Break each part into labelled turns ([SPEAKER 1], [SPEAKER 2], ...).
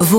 [SPEAKER 1] Vous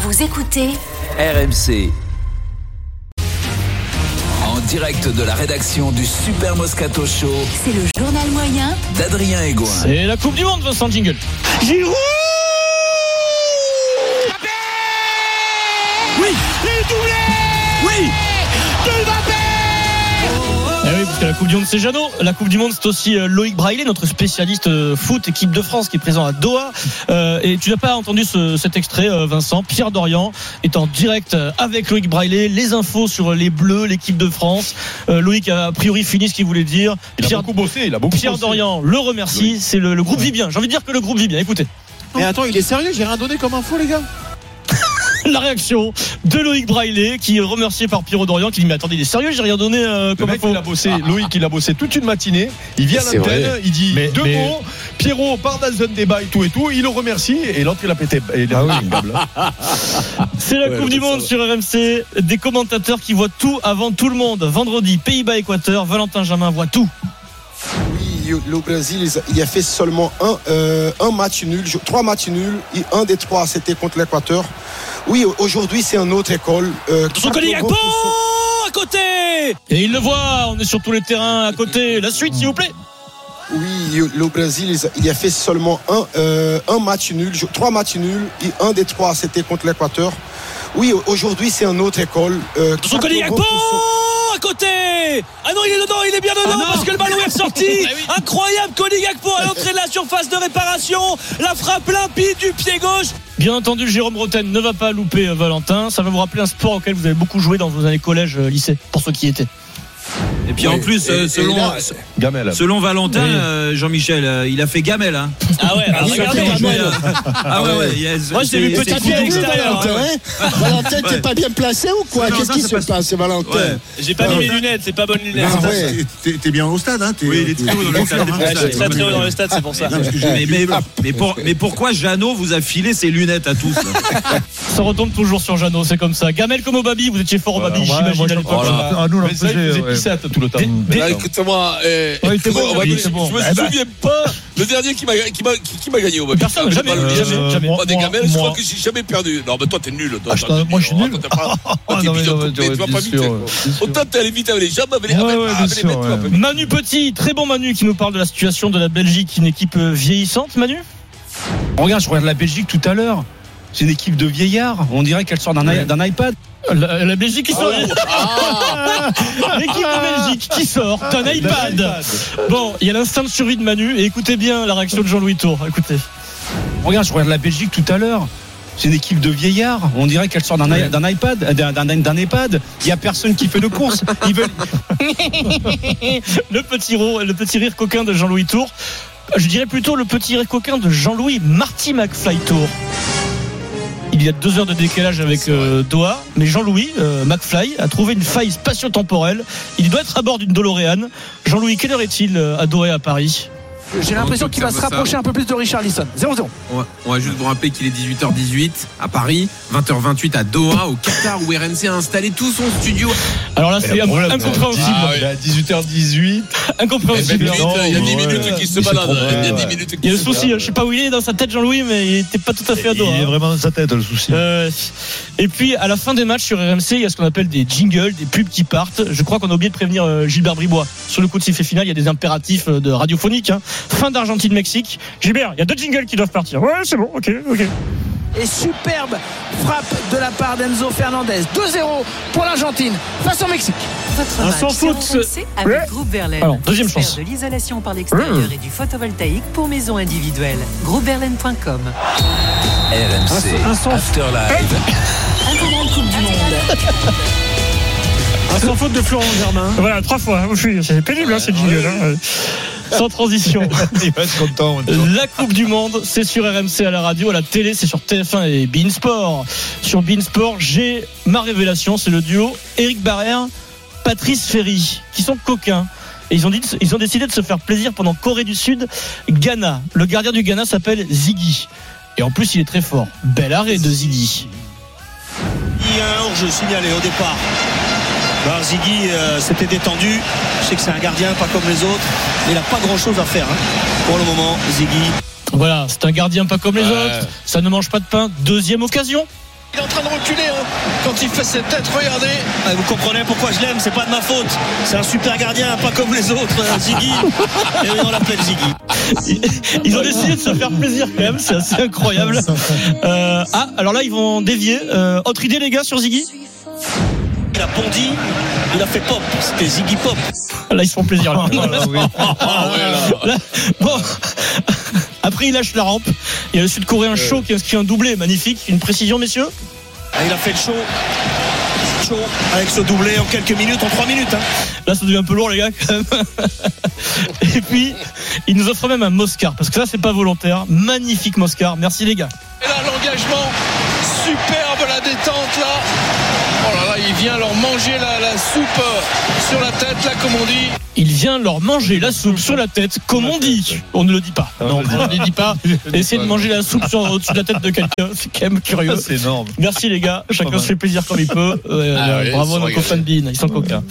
[SPEAKER 1] Vous écoutez
[SPEAKER 2] RMC. En direct de la rédaction du Super Moscato Show
[SPEAKER 1] C'est le journal moyen
[SPEAKER 2] d'Adrien Egoin.
[SPEAKER 3] C'est la Coupe du Monde, Vincent Jingle.
[SPEAKER 4] Giroud
[SPEAKER 5] Oui,
[SPEAKER 4] Et doublé
[SPEAKER 5] oui,
[SPEAKER 4] de
[SPEAKER 3] Eh oui, parce que la Coupe du Monde, c'est Jeannot. La Coupe du Monde, c'est aussi euh, Loïc Braillet, notre spécialiste euh, foot, équipe de France, qui est présent à Doha. Euh, et tu n'as pas entendu ce- cet extrait, euh, Vincent. Pierre Dorian est en direct euh, avec Loïc Braillet. Les infos sur les Bleus, l'équipe de France. Euh, Loïc a a priori fini ce qu'il voulait dire.
[SPEAKER 6] Il a
[SPEAKER 3] Pierre,
[SPEAKER 6] beaucoup bossé, il a beaucoup
[SPEAKER 3] Pierre
[SPEAKER 6] bossé.
[SPEAKER 3] Dorian le remercie. C'est le, le groupe vit bien. J'ai envie de dire que le groupe vit bien. Écoutez,
[SPEAKER 4] Mais attends, il est sérieux, j'ai rien donné comme info, les gars.
[SPEAKER 3] la réaction de Loïc Braillet, qui est remercié par Pierre Dorian, qui dit Mais attendez, il est sérieux, j'ai rien donné euh,
[SPEAKER 6] Le
[SPEAKER 3] comme
[SPEAKER 6] mec,
[SPEAKER 3] info.
[SPEAKER 6] il a bossé, Loïc, il a bossé toute une matinée. Il vient à
[SPEAKER 7] C'est
[SPEAKER 6] l'antenne, il dit
[SPEAKER 3] Mais-
[SPEAKER 6] deux
[SPEAKER 3] mais-
[SPEAKER 6] mots. Pierrot part dans un débat et tout et tout. Il le remercie et l'autre, il a pété. Il
[SPEAKER 3] Ah
[SPEAKER 6] a pété une hein. câble.
[SPEAKER 3] C'est la
[SPEAKER 7] Ouais,
[SPEAKER 3] Coupe du
[SPEAKER 7] ça
[SPEAKER 3] Monde
[SPEAKER 7] va.
[SPEAKER 3] sur RMC. Des commentateurs qui voient tout avant tout le monde. Vendredi, Pays-Bas-Équateur. Valentin Jamin voit tout.
[SPEAKER 8] Oui, le Brésil, ils- il a fait seulement un, euh, un match nul, je- trois matchs nuls, et un des trois, c'était contre l'Équateur. Oui, au- aujourd'hui, c'est une autre école. euh,
[SPEAKER 3] Son collier Gakpo à côté Et il le voit. On est sur tous les terrains à côté. La suite, s'il vous plaît.
[SPEAKER 8] Oui, le Brésil, ils- il a fait seulement un, euh, un match nul, je- trois matchs nuls, et un des trois, c'était contre l'Équateur. Oui, au- aujourd'hui, c'est une autre école. euh,
[SPEAKER 3] Son collier Gakpo
[SPEAKER 8] 80%.
[SPEAKER 3] à côté Ah non, Eh il est dedans, il est bien dedans parce que le ballon est sorti Incroyable, Cody Gakpo à l'entrée de la surface de réparation, la frappe limpide du pied gauche Bien entendu, Jérôme Roten ne va pas louper euh, Valentin. Ça va vous rappeler un sport auquel vous avez beaucoup joué dans vos années collège, euh, lycée, pour ceux qui y étaient.
[SPEAKER 9] Et puis en
[SPEAKER 7] Oui,
[SPEAKER 9] plus,
[SPEAKER 7] et-
[SPEAKER 9] euh,
[SPEAKER 7] et
[SPEAKER 9] selon,
[SPEAKER 7] là,
[SPEAKER 6] Gamel.
[SPEAKER 9] selon Valentin,
[SPEAKER 3] Oui.
[SPEAKER 9] euh, Jean-Michel, euh, il a fait gamelle. Hein.
[SPEAKER 3] Ah ouais,
[SPEAKER 9] Ah, regardez,
[SPEAKER 3] regardez,
[SPEAKER 9] il jouait, euh, ah ouais, ouais. il y a-
[SPEAKER 3] Moi, je l'ai
[SPEAKER 9] c'est-
[SPEAKER 3] vu
[SPEAKER 9] c'est
[SPEAKER 3] petit hein.
[SPEAKER 9] cool.
[SPEAKER 3] pied extérieur. hein.
[SPEAKER 4] Valentin,
[SPEAKER 9] t'es Ouais.
[SPEAKER 4] pas bien placé ou quoi
[SPEAKER 9] Valentin, Qu'est-ce qui ça se passe- passe,
[SPEAKER 4] Valentin
[SPEAKER 9] Ouais.
[SPEAKER 3] J'ai pas mis mes lunettes, c'est pas bonne lunette.
[SPEAKER 4] Ah ouais.
[SPEAKER 10] T'es t'es bien au stade, hein t'es-
[SPEAKER 9] Oui, il est très haut dans le
[SPEAKER 10] t'es-
[SPEAKER 9] stade, c'est
[SPEAKER 10] t'es-
[SPEAKER 9] pour
[SPEAKER 3] Ouais,
[SPEAKER 9] ça, il
[SPEAKER 3] je suis
[SPEAKER 9] est
[SPEAKER 3] très très haut
[SPEAKER 9] bon.
[SPEAKER 3] dans le stade, c'est pour ça.
[SPEAKER 10] Non, parce que
[SPEAKER 9] Mais,
[SPEAKER 10] j'ai-
[SPEAKER 9] mais- mais pour- mais pourquoi Jeannot vous a filé ses lunettes à tous là
[SPEAKER 3] Ça retombe toujours sur Jeannot, c'est comme ça. Gamel comme Obabi, vous étiez fort au
[SPEAKER 6] Euh,
[SPEAKER 3] Babi, j'imagine à l'époque.
[SPEAKER 6] Ah, nous, ça, il faisait 17 tout le temps.
[SPEAKER 3] Des-
[SPEAKER 7] Ah, écoute-moi, euh,
[SPEAKER 3] Ouais, il était bon,
[SPEAKER 7] on va
[SPEAKER 3] il
[SPEAKER 7] dire-
[SPEAKER 3] était bon.
[SPEAKER 7] je me
[SPEAKER 3] Eh ben.
[SPEAKER 7] souviens pas le dernier qui m'a qui m'a- qui- qui m'a gagné au Babi.
[SPEAKER 3] Euh, Personne,
[SPEAKER 7] Je
[SPEAKER 3] jamais,
[SPEAKER 7] me rappelle
[SPEAKER 3] jamais,
[SPEAKER 7] jamais.
[SPEAKER 3] jamais.
[SPEAKER 7] Moi, des
[SPEAKER 3] Moi,
[SPEAKER 7] gamelles, je
[SPEAKER 3] moi.
[SPEAKER 7] crois que j'ai jamais perdu. Non, mais toi, t'es nul. Toi,
[SPEAKER 3] Ah, je t'en- moi, je suis nul. Ah,
[SPEAKER 7] Toi, t'es bidon complet, tu vas pas vite.
[SPEAKER 6] hein.
[SPEAKER 7] quoi.
[SPEAKER 6] Ah,
[SPEAKER 7] Autant t'es allé vite avec les jambes, avec les
[SPEAKER 3] Ouais,
[SPEAKER 7] ah, avec-
[SPEAKER 3] ouais, bien
[SPEAKER 7] avec les
[SPEAKER 3] sûr,
[SPEAKER 7] mains, tu vas pas vite.
[SPEAKER 3] Manu Petit, très bon Manu qui nous parle de la situation de la Belgique, une équipe euh, vieillissante, Manu
[SPEAKER 11] Regarde, je regarde la Belgique tout à l'heure. C'est une équipe de vieillards. On dirait qu'elle sort d'un i- d'un iPad.
[SPEAKER 3] Euh, la, la Belgique qui sort. Ah
[SPEAKER 7] Ah.
[SPEAKER 3] L'équipe de Belgique qui sort d'un iPad. Bon, il y a l'instinct de survie de Manu et écoutez bien la réaction de Jean-Louis Tour. Écoutez.
[SPEAKER 11] Regarde, je regarde la Belgique tout à l'heure. C'est une équipe de vieillards. On dirait qu'elle sort d'un i- d'un iPad, euh, d'un- d'un d'un EHPAD. Il y a personne qui fait de course. Ils veulent-
[SPEAKER 3] Le petit, ro- le petit rire coquin de Jean-Louis Tour. Je dirais plutôt le petit rire coquin de Jean-Louis Marty McFly Tour. Il y a deux heures de décalage avec euh, Doha, mais Jean-Louis euh, McFly a trouvé une faille spatio-temporelle. Il doit être à bord d'une Doloréane. Jean-Louis, quelle heure est-il euh, à Doha à Paris
[SPEAKER 4] J'ai l'impression qu'il va se
[SPEAKER 9] Observe ça.
[SPEAKER 4] rapprocher un peu plus de Richarlison. 0-0.
[SPEAKER 9] On va- on va juste vous rappeler qu'il est 18h18 à Paris, 20h28 à Doha, au Qatar, où RMC a installé tout son studio.
[SPEAKER 3] Alors là, c'est
[SPEAKER 6] le
[SPEAKER 11] Oh
[SPEAKER 6] problème,
[SPEAKER 3] incompréhensible.
[SPEAKER 7] Ah, ouais.
[SPEAKER 6] Il est à 18h18.
[SPEAKER 7] Eh ben,
[SPEAKER 3] Incompréhensible.
[SPEAKER 7] minutes,
[SPEAKER 6] Non,
[SPEAKER 7] Il y a 10
[SPEAKER 6] ouais.
[SPEAKER 7] minutes qui se
[SPEAKER 6] Il s'est
[SPEAKER 7] baladent.
[SPEAKER 6] trompé,
[SPEAKER 7] Il y a 10
[SPEAKER 6] ouais.
[SPEAKER 7] minutes qui
[SPEAKER 3] Il y a le
[SPEAKER 7] se
[SPEAKER 3] souci, hein,
[SPEAKER 7] baladent.
[SPEAKER 3] je sais pas où il est dans sa tête, Jean-Louis, mais il n'était pas tout à fait à
[SPEAKER 6] Il
[SPEAKER 3] Doha.
[SPEAKER 6] est
[SPEAKER 3] hein.
[SPEAKER 6] vraiment dans sa tête, le souci.
[SPEAKER 3] Euh, et puis à la fin des matchs sur RMC, il y a ce qu'on appelle des jingles, des pubs qui partent. Je crois qu'on a oublié de prévenir euh, Gilbert Bribois. Sur le coup de sifflet final, il y a des impératifs euh, de radiophonique. hein. Fin d'Argentine-Mexique. Gilbert, il y a deux jingles qui doivent partir. Ouais, c'est bon, ok, ok.
[SPEAKER 4] Et superbe frappe de la part d'Enzo Fernandez. 2-0 pour l'Argentine face au Mexique.
[SPEAKER 12] Votre
[SPEAKER 3] Un
[SPEAKER 12] match
[SPEAKER 3] sans
[SPEAKER 12] sur
[SPEAKER 3] faute, ce-
[SPEAKER 12] RMC avec Groupe Berlaine.
[SPEAKER 3] Alors, deuxième
[SPEAKER 12] Expert
[SPEAKER 3] chance. Mmh.
[SPEAKER 12] de l'isolation par l'extérieur et du photovoltaïque pour maisons individuelles. Groupeberlaine.com.
[SPEAKER 2] RMC. After Live.
[SPEAKER 3] Voilà, trois fois. C'est pénible, hein, ces jingles. hein. sans transition.
[SPEAKER 6] Il va être content.
[SPEAKER 3] La Coupe du Monde, c'est sur RMC à la radio, à la télé, c'est sur TF1 et Beansport. Sur Beansport, j'ai ma révélation, c'est le duo Eric Barrère, Patrice Ferry, qui sont coquins. Et ils ont, dit, ils ont décidé de se faire plaisir pendant Corée du Sud, Ghana. Le gardien du Ghana s'appelle Ziggy. Et en plus, il est très fort. Bel arrêt de Ziggy.
[SPEAKER 5] Il y a un hors-jeu signalé au départ. Bah, Ziggy euh, s'était détendu. Je sais que c'est un gardien, pas comme les autres. Il n'a pas grand-chose à faire hein. pour le moment, Ziggy.
[SPEAKER 3] Voilà, c'est un gardien pas comme les autres. Ça ne mange pas de pain. Deuxième occasion.
[SPEAKER 5] Il est en train de reculer hein, quand il fait cette tête, regardez. Ah, vous comprenez pourquoi je l'aime, c'est pas de ma faute. C'est un super gardien, pas comme les autres, euh, Ziggy. Et oui, on l'appelle Ziggy.
[SPEAKER 3] Ils ont décidé de se faire plaisir quand même, c'est assez incroyable. Euh, ah, alors là, ils vont dévier. Euh, autre idée, les gars, sur Ziggy
[SPEAKER 5] il a bondi, il a fait pop, c'était Ziggy Pop.
[SPEAKER 3] Là, ils se font plaisir. Là.
[SPEAKER 6] Ah, là, oui. Ah,
[SPEAKER 3] ouais, là. Bon. Après, il lâche la rampe. Il y a le Sud-Coréen Cho qui inscrit un doublé magnifique. Une précision, messieurs
[SPEAKER 5] Ah, Il a fait le show. Cho avec ce doublé en quelques minutes, en 3 minutes. hein.
[SPEAKER 3] Là, ça devient un peu lourd, les gars, quand même. Et puis, il nous offre même un Moscar, parce que ça, c'est pas volontaire. Magnifique Moscar. Merci, les gars.
[SPEAKER 7] Et là, l'engagement, superbe la détente là. Oh là là, il vient leur manger la, la soupe euh, sur la tête là, comme on dit.
[SPEAKER 3] Il vient leur manger la soupe sur la tête, comme on dit. On ne le dit
[SPEAKER 7] Ah
[SPEAKER 3] pas. Non, on ne le dit pas. Essayer de manger la soupe sur- au-dessus de la tête de quelqu'un, c'est quand même curieux.
[SPEAKER 6] C'est énorme.
[SPEAKER 3] Merci les gars, chacun se fait plaisir comme il peut. Euh,
[SPEAKER 7] Ah ouais, ils
[SPEAKER 3] bravo
[SPEAKER 7] sont
[SPEAKER 3] à nos
[SPEAKER 7] régalés.
[SPEAKER 3] copains de Bean, ils sont coquins.